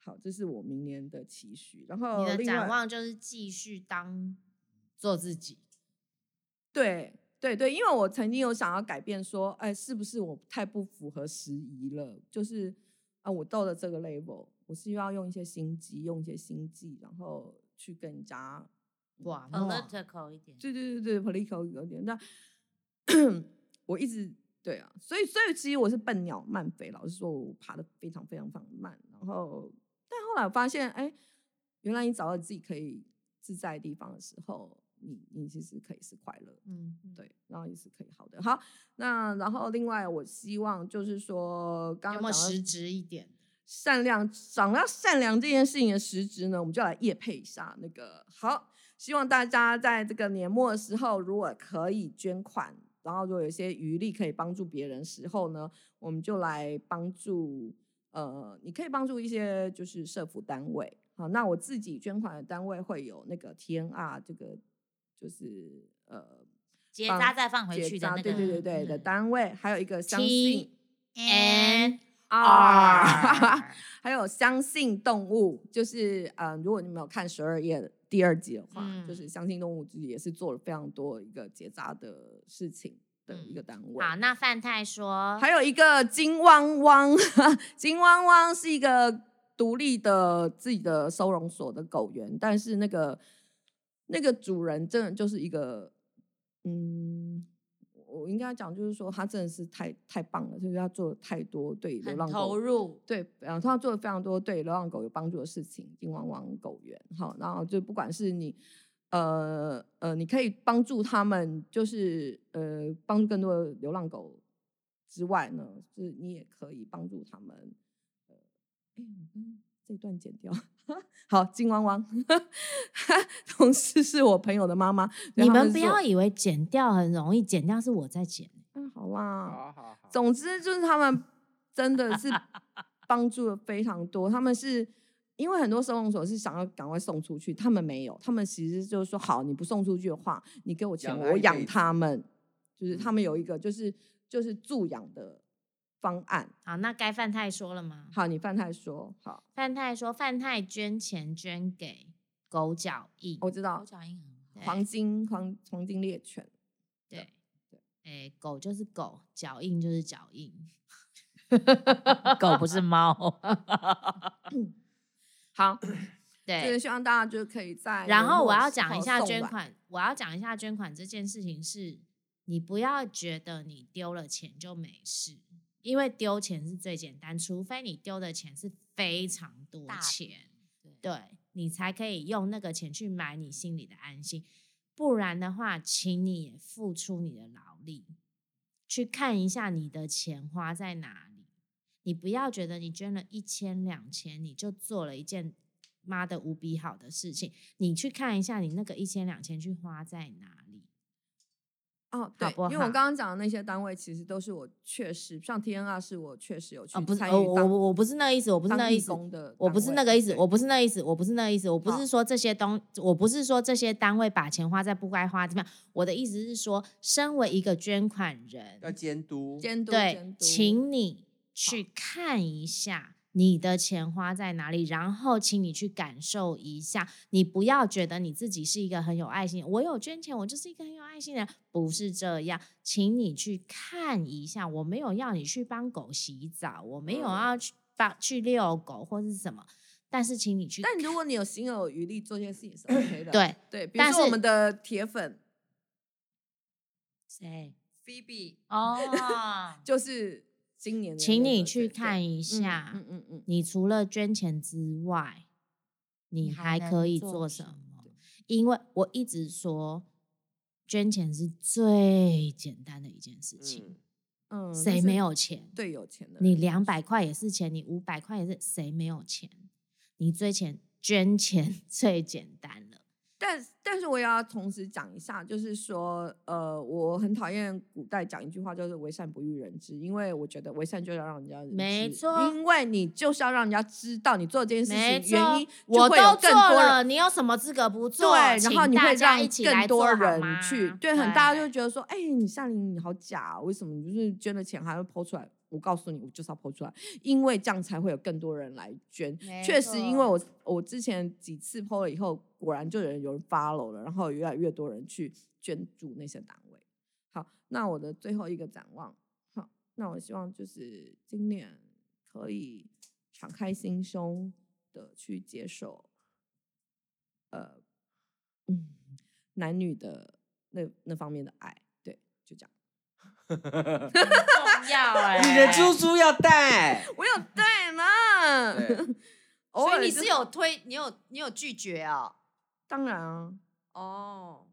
S6: 好，这是我明年的期许。然后
S3: 你的
S6: 哦另外
S3: 展望就是继续当做自己，
S6: 对对对，因为我曾经有想要改变，说，哎，是不是我太不符合时宜了？就是啊，我到了这个 level，我是要用一些心机，用一些心计，然后去跟人家
S3: 哇，
S4: political 一点，
S6: 对对对对，political 有点，但我一直对啊，所以所以其实我是笨鸟慢飞，老实说，我爬的非常非常非常慢。然后，但后来我发现，哎，原来你找到自己可以自在的地方的时候，你你其实可以是快乐，
S3: 嗯，
S6: 对，然后也是可以好的。好，那然后另外我希望就是说，刚
S3: 有没
S6: 刚
S3: 有
S6: 讲到
S3: 实质一点？
S6: 善良，讲到善良这件事情的实质呢，我们就来夜配一下那个好。希望大家在这个年末的时候，如果可以捐款，然后如果有一些余力可以帮助别人的时候呢，我们就来帮助。呃，你可以帮助一些就是社服单位。好，那我自己捐款的单位会有那个 TNR 这个，就是呃
S4: 结
S6: 放
S4: 扎再放回
S6: 结
S4: 去的
S6: 扎
S4: 那个，
S6: 对对对对的
S4: 嗯
S6: 单位，还有一个相
S3: T
S6: 信
S3: and
S6: R。还 有相信动物，就是嗯、呃如果你没有看十二页的第二集的话，
S3: 嗯
S6: 就是相信动物自己也是做了非常多一个结扎的事情的
S4: 嗯
S6: 一个单位。
S3: 好，那范太说，
S6: 还有一个金汪汪， 金汪汪是一个独立的自己的收容所的狗园，但是那个那个主人真的就是一个，嗯，我应该讲就是说他真的是太太棒了，就是他做了太多对流
S4: 很
S6: 浪狗
S4: 投入，
S6: 对，然后他做了非常多对流浪狗有帮助的事情，金汪汪狗园，好，然后就不管是你，呃呃，你可以帮助他们，就是呃帮助更多的流浪狗之外呢，就是你也可以帮助他们，呃，哎，我刚这段剪掉， 好，金汪汪， 同事是我朋友的妈妈，所
S3: 你
S6: 以他
S3: 们
S6: 是
S3: 不
S6: 我
S3: 要，以为剪掉很容易，剪掉是我在剪。
S6: 嗯，好啦，
S2: 好好好，
S6: 总之就是他们真的 是帮助了非常多，他们是。因为很多收容所是想要赶快送出去，他们没有，他们其实就是说，好，你不送出去的话，你给我钱，
S2: 养他
S6: 我
S2: 一辈
S6: 养
S2: 子
S6: 他们，就是
S2: 嗯
S6: 他们有一个就是就是助养的方案。
S3: 好，那该范太说了吗？
S6: 好，你范太说，好，
S3: 范太说，范太捐钱捐给狗脚印，
S6: 我知
S4: 口
S6: 道
S4: 角音很
S3: 对
S6: 黄金黄黄金猎犬，
S3: 对，哎，狗就是狗，脚印就是脚印。
S4: 好，狗不是猫，
S6: 好， 就是
S3: 对，
S6: 希望大家就可以在
S3: 然
S6: 年
S3: 后
S6: 末
S3: 我
S6: 的
S3: 要
S6: 时
S3: 讲一
S6: 候
S3: 下
S6: 送
S3: 捐
S6: 暖，
S3: 款，我要讲一下捐款这件事情是，你不要觉得你丢了钱就没事，因为丢钱是最简单，除非你丢的钱是非常多
S4: 大
S3: 钱。
S4: 对
S3: 对你才可以用那个钱去买你心里的安心。不然的话，请你也付出你的劳力，去看一下你的钱花在哪里。你不要觉得你捐了一千两千，你就做了一件妈的无比好的事情。你去看一下你那个一千两千去花在哪里。
S6: 哦，对，
S3: 不
S6: 因为我
S3: 好
S6: 刚刚讲的那些单位，其实都是我确实像 TNR 是我确实有去
S3: 哦，不是，
S6: 参
S3: 哦
S6: 与
S3: 我
S6: 当
S3: 我我不是那个意思，我不是
S6: 当
S3: 那个
S6: 义
S3: 意思，
S6: 工的
S3: 我不是
S6: 单
S3: 那
S6: 位
S3: 个意思，
S6: 对
S3: 我不是那个意思，我不是那个意思，我不
S6: 好
S3: 是说这些东，我不是说这些单位把钱花在不该花的地方。我的意思是说，身为一个捐款人，
S2: 要监督，嗯
S6: 监督监
S3: 对，
S6: 督，
S3: 请你去看一下你的钱花在哪里，然后请你去感受一下。你不要觉得你自己是一个很有爱心，我有捐钱，我就是一个很有爱心的人，不是这样。请你去看一下，我没有要你去帮狗洗澡，我没有
S2: 嗯
S3: 要去帮去遛狗或是什么，但是请你去
S6: 但如果你有心有余力做这些事情是 OK 的，
S3: 对
S6: 对，比如
S3: 但
S6: 说我
S3: 是
S6: 们的铁粉
S4: 谁
S6: Phoebe？
S4: 哦
S6: 就是今年的那个，
S3: 请你去
S6: 对对
S3: 看一
S6: 嗯
S3: 下
S6: 嗯嗯嗯，
S3: 你除了捐钱之外，你
S4: 你
S3: 还
S4: 还
S3: 可
S4: 能
S3: 以
S4: 做
S3: 做
S4: 什
S3: 什
S4: 么
S3: 么？因为我一直说，捐钱是最简单的一件事情
S2: 嗯。，
S6: 嗯
S3: 谁没？有钱？
S6: 就是对有钱的人，
S3: 你两百块也是钱，你五百块也是，谁没有钱？你最钱捐钱 最简单了。
S6: 但但是我也要同时讲一下，就是说，呃，我很讨厌古代讲一句话叫做“为善不欲人知”，因为我觉得为善就要让人家人
S3: 没
S6: 知
S3: 错
S6: 因为你就是要让人家知道你做这件事
S3: 没
S6: 情原因
S3: 错，
S6: 就
S3: 我
S6: 会有
S3: 都做
S6: 更多人
S3: 了，你有什么资格不做？
S6: 对，然
S3: 请
S6: 后你
S3: 大
S6: 会
S3: 家
S6: 让
S3: 一起来
S6: 更多
S3: 做好
S6: 人
S3: 吗
S6: 去，对，很大家就觉得说，哎、你夏琳你好假、啊，为什么你就是捐了钱还会抛出来？我告诉你，我就是要抛出来，因为这样才会有更多人来捐。
S4: 没
S6: 确实，因为
S4: 错
S6: 我我之前几次抛了以后，果然就有人有人 follow 了，然后越来越多人去捐助那些单位。好，那我的最后一个展望，好，那我希望就是今年可以敞开心胸的去接受，呃，嗯，男女的那那方面的爱。对，就这样。
S4: 重要哎、
S2: 你的 猪猪要 带，
S6: 我有带 嘛？
S2: 对
S6: 偶
S1: 所
S6: 尔
S1: 以你
S6: 就是
S1: 有推，你有你有拒绝哦。
S6: 当然啊，
S1: 哦，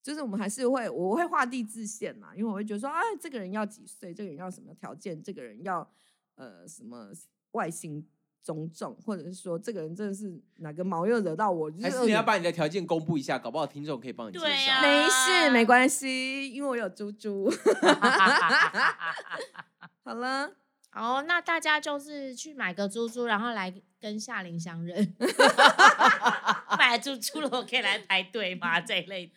S6: 就是我们还是会，我会画地自限嘛，因为我会觉得说，哎，这个人要几岁，这个人要什么条件，这个人要呃什么外形种种，或者是说这个人真的是哪个毛又惹到我，就
S2: 还是你要把你的条件公布一下，搞不好听众可以帮你介
S4: 对呀
S2: 绍。
S6: 没事没关系，因为我有猪猪。 好了，
S3: 哦，那大家就是去买个猪猪，然后来跟夏琳相认。
S4: 买了猪猪了，我可以来排队吗？这一类的。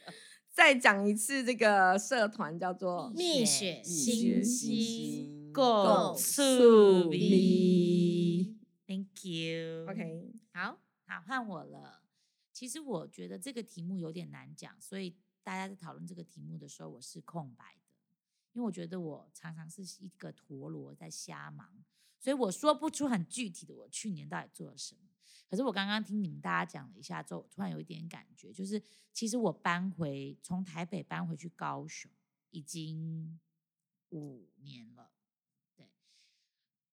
S6: 再讲一次，这个社团叫做
S3: 蜜
S4: 蜜
S3: 雪
S4: 雪
S3: 星
S2: 星
S3: 稀，
S2: 星
S4: 够
S6: 醋
S4: 醋
S6: 咪
S4: 咪，Thank you。
S6: OK，
S3: 好，
S4: 好，换我了。其实我觉得这个题目有点难讲，所以大家在讨论这个题目的时候，我是空白的，因为我觉得我常常是一个陀螺在瞎忙，所以我说不出很具体的我去年到底做了什么。可是我刚刚听你们大家讲了一下之后，我突然有一点感觉，就是其实我搬回从台北搬回去高雄已经五年了。对，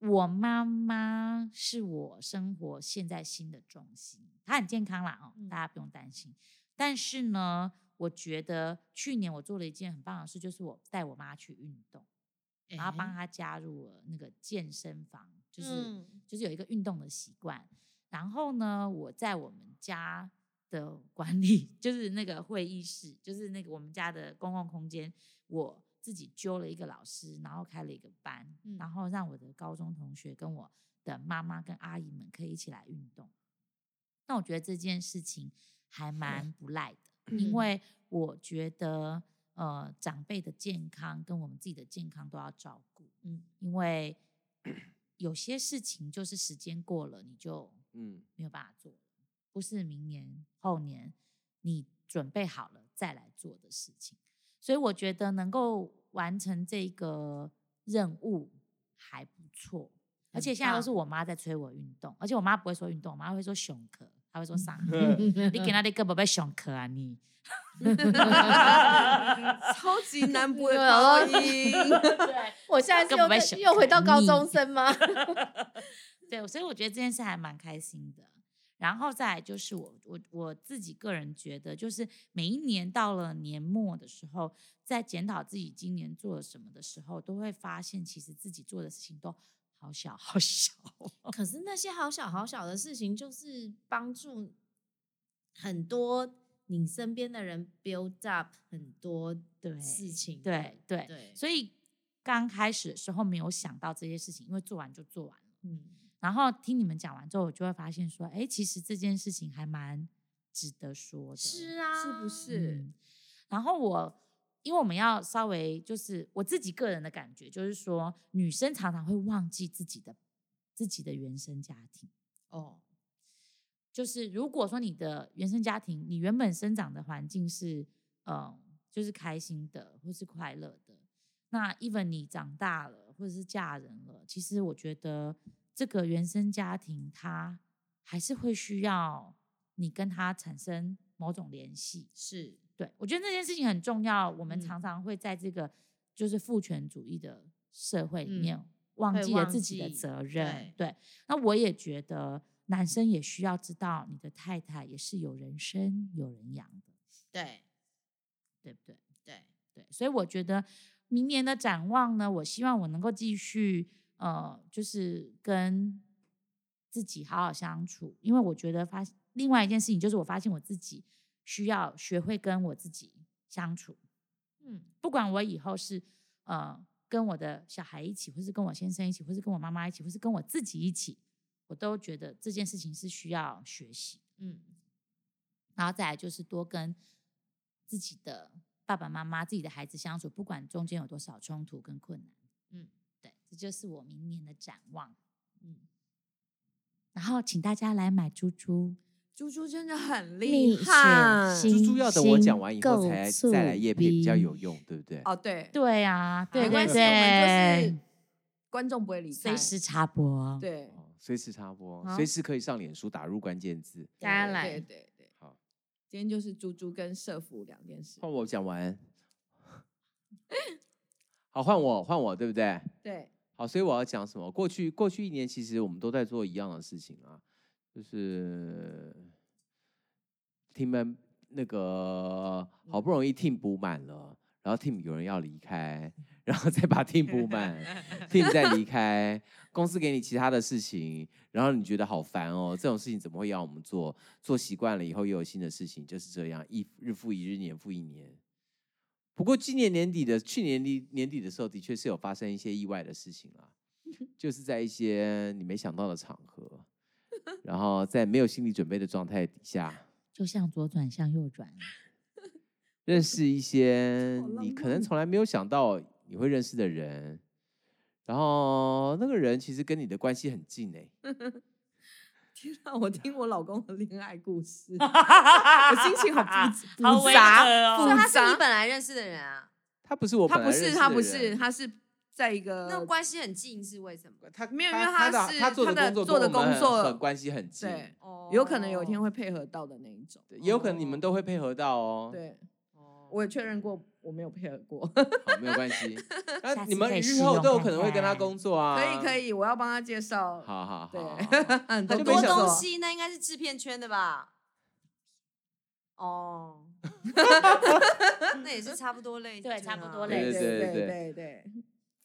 S4: 我妈妈是我生活现在新的重心，她很健康啦哦，大家不用担心。但是呢，我觉得去年我做了一件很棒的事，就是我带我妈去运动，
S3: 哎
S4: 然后帮她加入了那个健身房，就是、
S3: 嗯
S4: 就是有一个运动的习惯。然后呢，我在我们家的管理，就是那个会议室，就是那个我们家的公共空间，我自己揪了一个老师，然后开了一个班，
S3: 嗯
S4: 然后让我的高中同学跟我的妈妈跟阿姨们可以一起来运动。那我觉得这件事情 还蛮不赖的，
S3: 嗯
S4: 因为我觉得呃长辈的健康跟我们自己的健康都要照顾，嗯，因为有些事情就是时间过了你就
S2: 嗯，
S4: 没有办法做，不是明年后年你准备好了再来做的事情。所以我觉得能够完成这个任务还不错，而
S3: 很
S4: 且现在都是
S3: 棒
S4: 我妈在催我运动，而且我妈不会说运动，我妈会说熊壳，她会
S3: 嗯
S4: 说上课，你 给她那个宝贝熊壳啊你。
S6: 超级南 部的
S3: 对
S6: 高
S3: 啊
S6: 音，
S3: 我现在是
S4: 根
S3: 又
S4: 本没
S3: 跟
S4: 想
S3: 又回到高
S4: 你
S3: 中生吗？
S4: 对，所以我觉得这件事还蛮开心的。然后再来就是我我我自己个人觉得，就是每一年到了年末的时候，在检讨自己今年做了什么的时候，都会发现其实自己做的事情都好小好小。
S3: 可是那些好小好小的事情，就是帮助很多你身边的人 build up 很多
S4: 对
S3: 事情的，
S4: 对对
S3: 嗯对，
S4: 所以刚开始的时候没有想到这些事情，因为做完就做完了。
S3: 嗯，
S4: 然后听你们讲完之后，我就会发现说，哎，其实这件事情还蛮值得说的。
S3: 是啊，
S6: 是不？是？
S4: 嗯然后我，因为我们要稍微就是我自己个人的感觉，就是说女生常常会忘记自己的自己的原生家庭。
S3: 哦，
S4: 就是如果说你的原生家庭，你原本生长的环境是，嗯，就是开心的或是快乐的，那 even 你长大了或者是嫁人了，其实我觉得这个原生家庭它还是会需要你跟它产生某种联系。
S3: 是
S4: 对，我觉得那件事情很重要。我们
S3: 嗯
S4: 常常会在这个就是父权主义的社会里面、
S3: 嗯
S4: 忘
S3: 会
S4: 记了
S3: 忘
S4: 自己的
S3: 记
S4: 责任
S3: 对。
S4: 对，那我也觉得男生也需要知道，你的太太也是有人生、有人养的，
S3: 对
S4: 对不对？
S3: 对，
S4: 对，所以我觉得明年的展望呢，我希望我能够继续呃，就是跟自己好好相处，因为我觉得发另外一件事情就是我发现我自己需要学会跟我自己相处，嗯，不管我以后是呃跟我的小孩一起，或是跟我先生一起，或是跟我妈妈一起，或是跟我自己一起，我都觉得这件事情是需要学习的。
S3: 嗯，
S4: 然后再来就是多跟自己的爸爸妈妈、自己的孩子相处，不管中间有多少冲突跟困难，嗯，对，这就是我明年的展望，嗯。然后请大家来买猪猪，
S6: 猪猪真的很
S3: 蜜
S6: 厉
S3: 雪
S6: 害。
S3: 星
S2: 猪猪要等我讲完以后
S3: 够
S2: 才
S3: 醋
S2: 再来夜配比较
S3: 逼
S2: 有用，对不对？
S6: 哦，对，
S4: 对啊，对
S6: 没
S4: 对
S6: 关系，我们就
S4: 对
S6: 是，观众不会离开，
S4: 随时插播，
S6: 对
S2: 哦随时插播，
S3: 好
S2: 随时可以上脸书打入关键字。
S3: 大家
S6: 对
S3: 来
S6: 对对对，
S2: 好，
S6: 今天就是猪猪跟社服两件事。
S2: 换我讲完。 好，换我，换我，对不对？
S6: 对，
S2: 好，所以我要讲什么？过去过去一年，其实我们都在做一样的事情啊，就是听 e 那个好不容易 team 补满了，然后 team 有人要离开，然后再把 team 补满，team 再离开，公司给你其他的事情，然后你觉得好烦哦，这种事情怎么会要我们做？做习惯了以后又有新的事情，就是这样，一日复一日，年复一年。不过今年年底的，去年年年底的时候，的确是有发生一些意外的事情 啦，就是在一些你没想到的场合，然后在没有心理准备的状态底下，
S4: 就向左转，向右转。
S2: 认识一些
S6: 好浪
S2: 你可能
S6: 漫哦
S2: 从来没有想到你会认识的人，然后那个人其实跟你的关系很近诶、
S6: 天啊！我听我老公的恋爱故 事，我心情好复复
S4: 好
S6: 杂
S4: 违和哦
S1: 所以
S6: 复
S1: 他是
S6: 杂
S1: 你。本来认识的人啊，
S2: 他不是我
S6: 他
S2: 本来
S6: 不
S2: 认
S6: 是，
S2: 识
S6: 他
S2: 的
S6: 不是，
S2: 人
S6: 他是在一个
S1: 那关系很近是为什么？
S2: 他
S6: 没有因为
S2: 他
S6: 他
S2: 的
S6: 是
S2: 他做
S6: 他的
S2: 工作
S6: 做的
S2: 跟我们
S6: 工
S2: 很
S6: 作
S2: 很关系很近，
S6: 对，
S1: 哦
S6: 有可能有一天会配合到的那一种。
S2: 对也有可能你们都会配合到哦。
S6: 对，
S1: 哦，
S6: 我也确认过，我没有配合过。
S2: 好，没有关系。 那
S4: 下
S2: 你
S4: 次可
S2: 们
S4: 以试
S2: 日后
S4: 用
S2: 都有
S4: 看
S2: 可能会跟他
S4: 看
S2: 工作啊。
S6: 可以可
S2: 以。
S6: 以，我要帮他介绍。
S2: 好好好
S6: 对
S2: 好好，
S6: 很
S2: 他就没
S1: 很
S6: 多
S1: 多
S2: 想到
S1: 东
S6: 东西。
S1: 西，那应该是制片圈的吧？哦， 那也是差不多类，啊
S4: 对差不多类
S2: 对对
S6: 对对
S2: 对对
S6: 对对，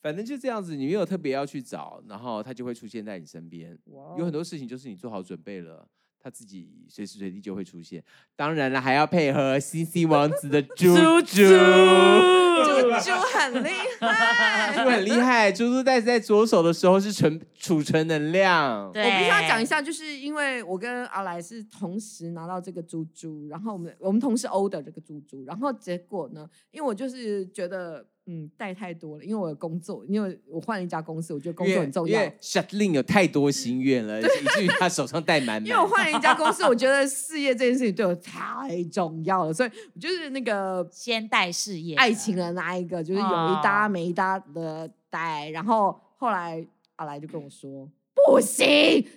S2: 反正就这样子，你没有特别要去找，然后他就会出现在你身边。
S6: 哇哦
S2: 有很
S4: 哦
S2: 多事情就是你做好准备了，他自己随时随地就会出现。当然了，还要配合星星王子的猪猪，
S1: 猪猪 很厉害，
S2: 猪很厉害。猪猪在在左手的时候是存储存能量，
S4: 对，
S6: 我必须要讲一下，就是因为我跟阿来是同时拿到这个猪猪，然后我们我们同时 order 这个猪猪，然后结果呢，因为我就是觉得嗯带太多了，因为我有工作，因为我换了一家公司，我觉得工
S2: 因
S6: 作
S2: 为
S6: 很重
S2: 因
S6: 要
S2: 为。Shatlin 有太多心愿了，以至于他手上带满满。
S6: 因为我换了一家公司，我觉得事业这件事情对我太重要了，所以我就是那个
S4: 先带事业的，
S6: 爱情的那一个，就是有一搭没一搭的带。然后后来阿来就跟我说：“不行，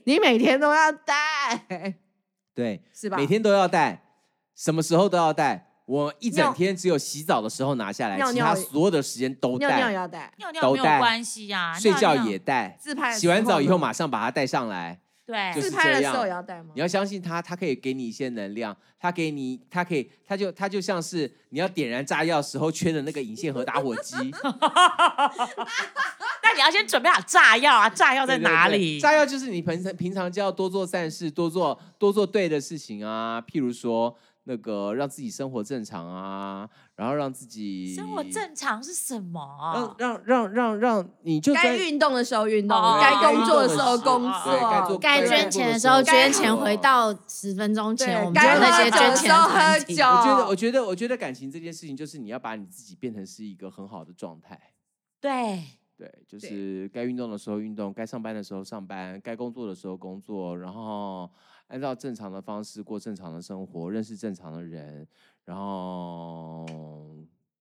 S6: 你每天都要带，
S2: 对，
S6: 是吧？
S2: 每天都要带，什么时候都要带。我一整
S6: 尿
S2: 天只有洗澡的时候拿下来，
S6: 尿
S2: 其他
S6: 尿
S2: 所有的时间都
S6: 尿尿
S2: 带，
S6: 也要带，
S4: 尿尿
S2: 都
S4: 没有
S2: 带
S4: 关系呀，
S2: 睡
S4: 啊尿
S2: 觉
S4: 尿
S2: 也带，
S6: 自拍的
S2: 洗完
S6: 时
S2: 澡
S6: 候
S2: 以后
S6: 呢
S2: 马上把它带上
S4: 嗯
S2: 来。
S4: 对，
S2: 就是
S6: 自拍
S2: 这
S6: 的时
S2: 样
S6: 候也要带吗
S2: 你？要相信它，它可以给你一些能量，它给你，它可以，它就它就像是你要点燃炸药时候缺的那个引线和打火 机
S4: 但你要先准备好炸药啊，炸药
S2: 对
S4: 在
S2: 对
S4: 哪
S2: 对
S4: 里？
S2: 炸药就是你平常平常就要多做善事，多做多做对的事情啊，譬如说那个让自己生活正常啊，然后让自己
S4: 生活正常是什么
S2: 让？让让让让你就
S6: 啊该
S2: 专
S6: 运动的时候运动
S4: 哦，
S6: 该
S4: 该
S6: 工作的时候
S2: 运
S6: 工
S2: 动
S4: 的时候
S2: 对该做
S6: 作，
S3: 该
S2: 对
S3: 捐钱
S2: 该做
S3: 的
S2: 的
S3: 时候
S2: 时候
S3: 捐钱，回到十分钟前，
S6: 对
S3: 我们
S6: 该
S3: 就那
S2: 喝
S3: 些
S2: 酒
S3: 捐
S2: 的
S3: 钱
S6: 时候
S3: 团
S6: 喝
S3: 体
S6: 酒
S2: 我觉得，
S6: 哦
S2: 我觉得，我觉得感情这件事情，就是你要把你自己变成是一个很好的状态。
S4: 对，
S2: 对，就
S6: 对
S2: 是该运动的时候运动，该上班的时候上班，该工作的时候工作，然后按照正常的方式过正常的生活，认识正常的人，然后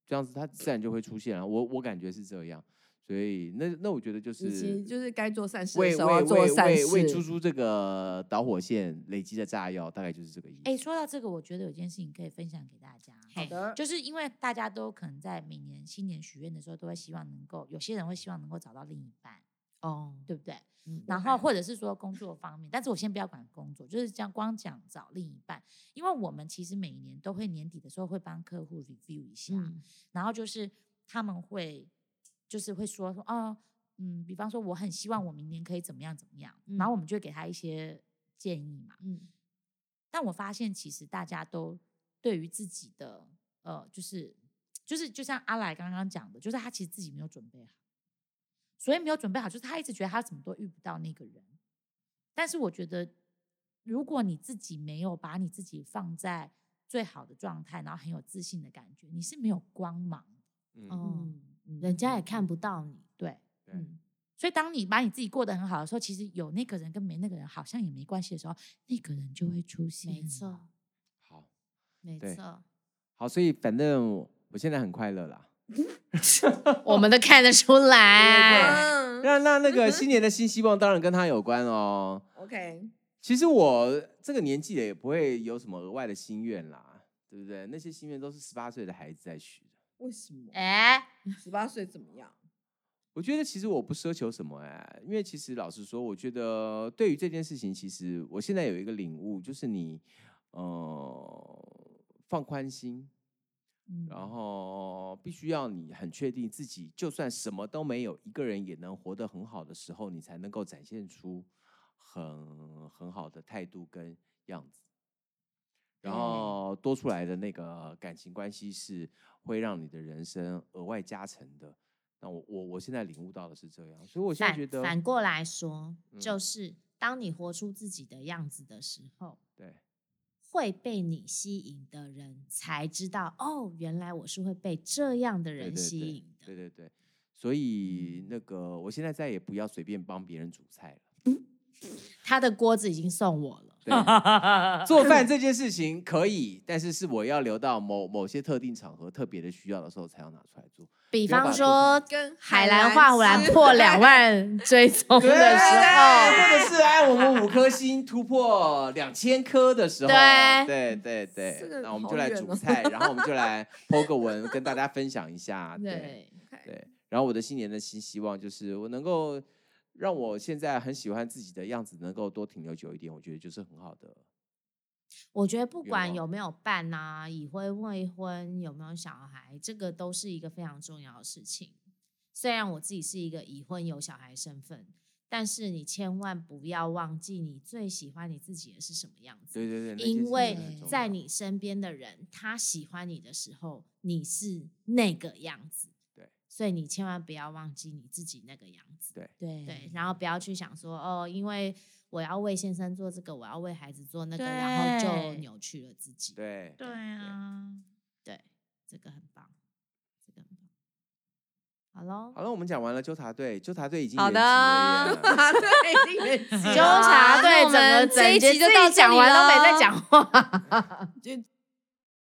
S2: 这样子，它自然就会出现了。我我感觉是这样，所以那那我觉得就是
S6: 以及就是该做善事的
S2: 为
S6: 时候要
S2: 为
S6: 做
S2: 为
S6: 善
S2: 为为
S6: 事
S2: 猪。猪这个导火线累积的炸药，大概就是这个意思。
S4: 哎，说到这个，我觉得有件事情可以分享给大家。
S6: 好的，
S4: 就是因为大家都可能在每年新年许愿的时候，都会希望能够，有些人会希望能够找到另一半，
S3: 哦，
S4: 对不对？
S3: 嗯
S4: 然后或者是说工作方面，但是我先不要管工作，就是这样光讲找另一半，因为我们其实每一年都会年底的时候会帮客户 review 一下，
S3: 嗯，
S4: 然后就是他们会就是会说说哦，嗯，比方说我很希望我明年可以怎么样怎么样，然后我们就会给他一些建议嘛。
S3: 嗯，
S4: 但我发现其实大家都对于自己的呃，就是就是就像阿来刚刚讲的，就是他其实自己没有准备好，所以没有准备好，就是他一直觉得他怎么都遇不到那个人。但是我觉得，如果你自己没有把你自己放在最好的状态，然后很有自信的感觉，你是没有光芒的。
S2: 嗯，
S3: 哦，
S4: 嗯
S3: 人家也看不到你，
S4: 对，
S2: 对
S4: 嗯。所以，当你把你自己过得很好的时候，其实有那个人跟没那个人好像也没关系的时候，那个人就会出现。
S3: 嗯没错，
S2: 好。
S3: 没
S2: 嗯对
S3: 错，
S2: 好，所以反正我我现在很快乐啦。
S3: 我们都看得出来，
S6: 嗯
S2: 那那那个新年的新希望当然跟他有关哦。
S6: ，OK，
S2: 其实我这个年纪了也不会有什么额外的心愿啦，对不对？那些心愿都是十八岁的孩子在许的。
S6: 为什么？
S4: 哎、
S6: 十八岁怎么样？
S2: 我觉得其实我不奢求什么哎、因为其实老实说，我觉得对于这件事情，其实我现在有一个领悟，就是你呃放宽心，
S4: 嗯
S2: 然后必须要你很确定自己，就算什么都没有，一个人也能活得很好的时候，你才能够展现出很很好的态度跟样子。
S3: 嗯
S2: 然后多出来的那个感情关系是会让你的人生额外加成的。那我我我现在领悟到的是这样，所以我现在觉
S3: 反
S2: 得
S3: 反过来说，
S2: 嗯
S3: 就是当你活出自己的样子的时候，
S2: 对
S3: 会被你吸引的人才知道，哦，原来我是会被这样的
S2: 对
S3: 人
S2: 对
S3: 吸
S2: 对
S3: 引的。嗯
S2: 对对对，所以那个我现在再也不要随便帮别人煮菜了。
S3: 他的锅子已经送我了，
S2: 对， 做饭这件事情可以，但是是我要留到某某些特定场合、特别的需要的时候才要拿出来做。
S3: 比
S2: 不要
S3: 方
S2: 把
S3: 说
S6: 跟
S3: 海蓝画栏破 两万追踪
S6: 哦
S3: 的
S2: 对，
S3: 时候，
S2: 或者是哎，我们五颗星突破两千颗的时候，
S3: 对
S2: 对对
S6: 这
S2: 对
S6: 个，
S2: 那我们
S6: 好
S2: 就来
S6: 远
S2: 煮
S6: 哦
S2: 菜，然后我们就来剖个文，跟大家分享一 下。对
S3: 对，
S6: 哎
S2: 对，然后我的新年的新希望就是我能够让我现在很喜欢自己的样子，能够多停留久一点，我觉得就是很好的。
S3: 我觉得不
S2: 愿
S3: 管
S2: 望
S3: 有没有伴呐、已婚未婚，有没有小孩，这个都是一个非常重要的事情。虽然我自己是一个已婚有小孩身份，但是你千万不要忘记你最喜欢你自己的是什么样子。
S2: 对对对，那件事
S3: 因
S2: 情
S3: 为
S2: 很重
S3: 在
S2: 要
S3: 你身边的人，他喜欢你的时候，你是那个样子。
S2: 对，
S3: 所以你千万不要忘记你自己那个样子。
S4: 对
S1: 嗯
S3: 对，然后不要去想说哦，因为我要为先生做这个，我要为孩子做那个，然后就
S4: 对
S3: 扭曲了自己。
S2: 对
S4: 对啊，
S3: 对，这个很棒，这个很棒。好喽，
S2: 好了，我们讲完了纠察队，纠察队已经
S1: 好
S2: 延期 了耶
S1: 对，已经
S6: 年纪
S3: 纠
S1: 好
S3: 察
S1: 那
S3: 队
S1: 我
S3: 怎么
S1: 们这
S3: 整
S1: 一
S3: 节
S1: 集
S3: 就
S1: 就
S3: 到
S1: 到这
S3: 讲
S1: 里
S3: 完都没
S1: 咯
S3: 在讲话？
S6: 就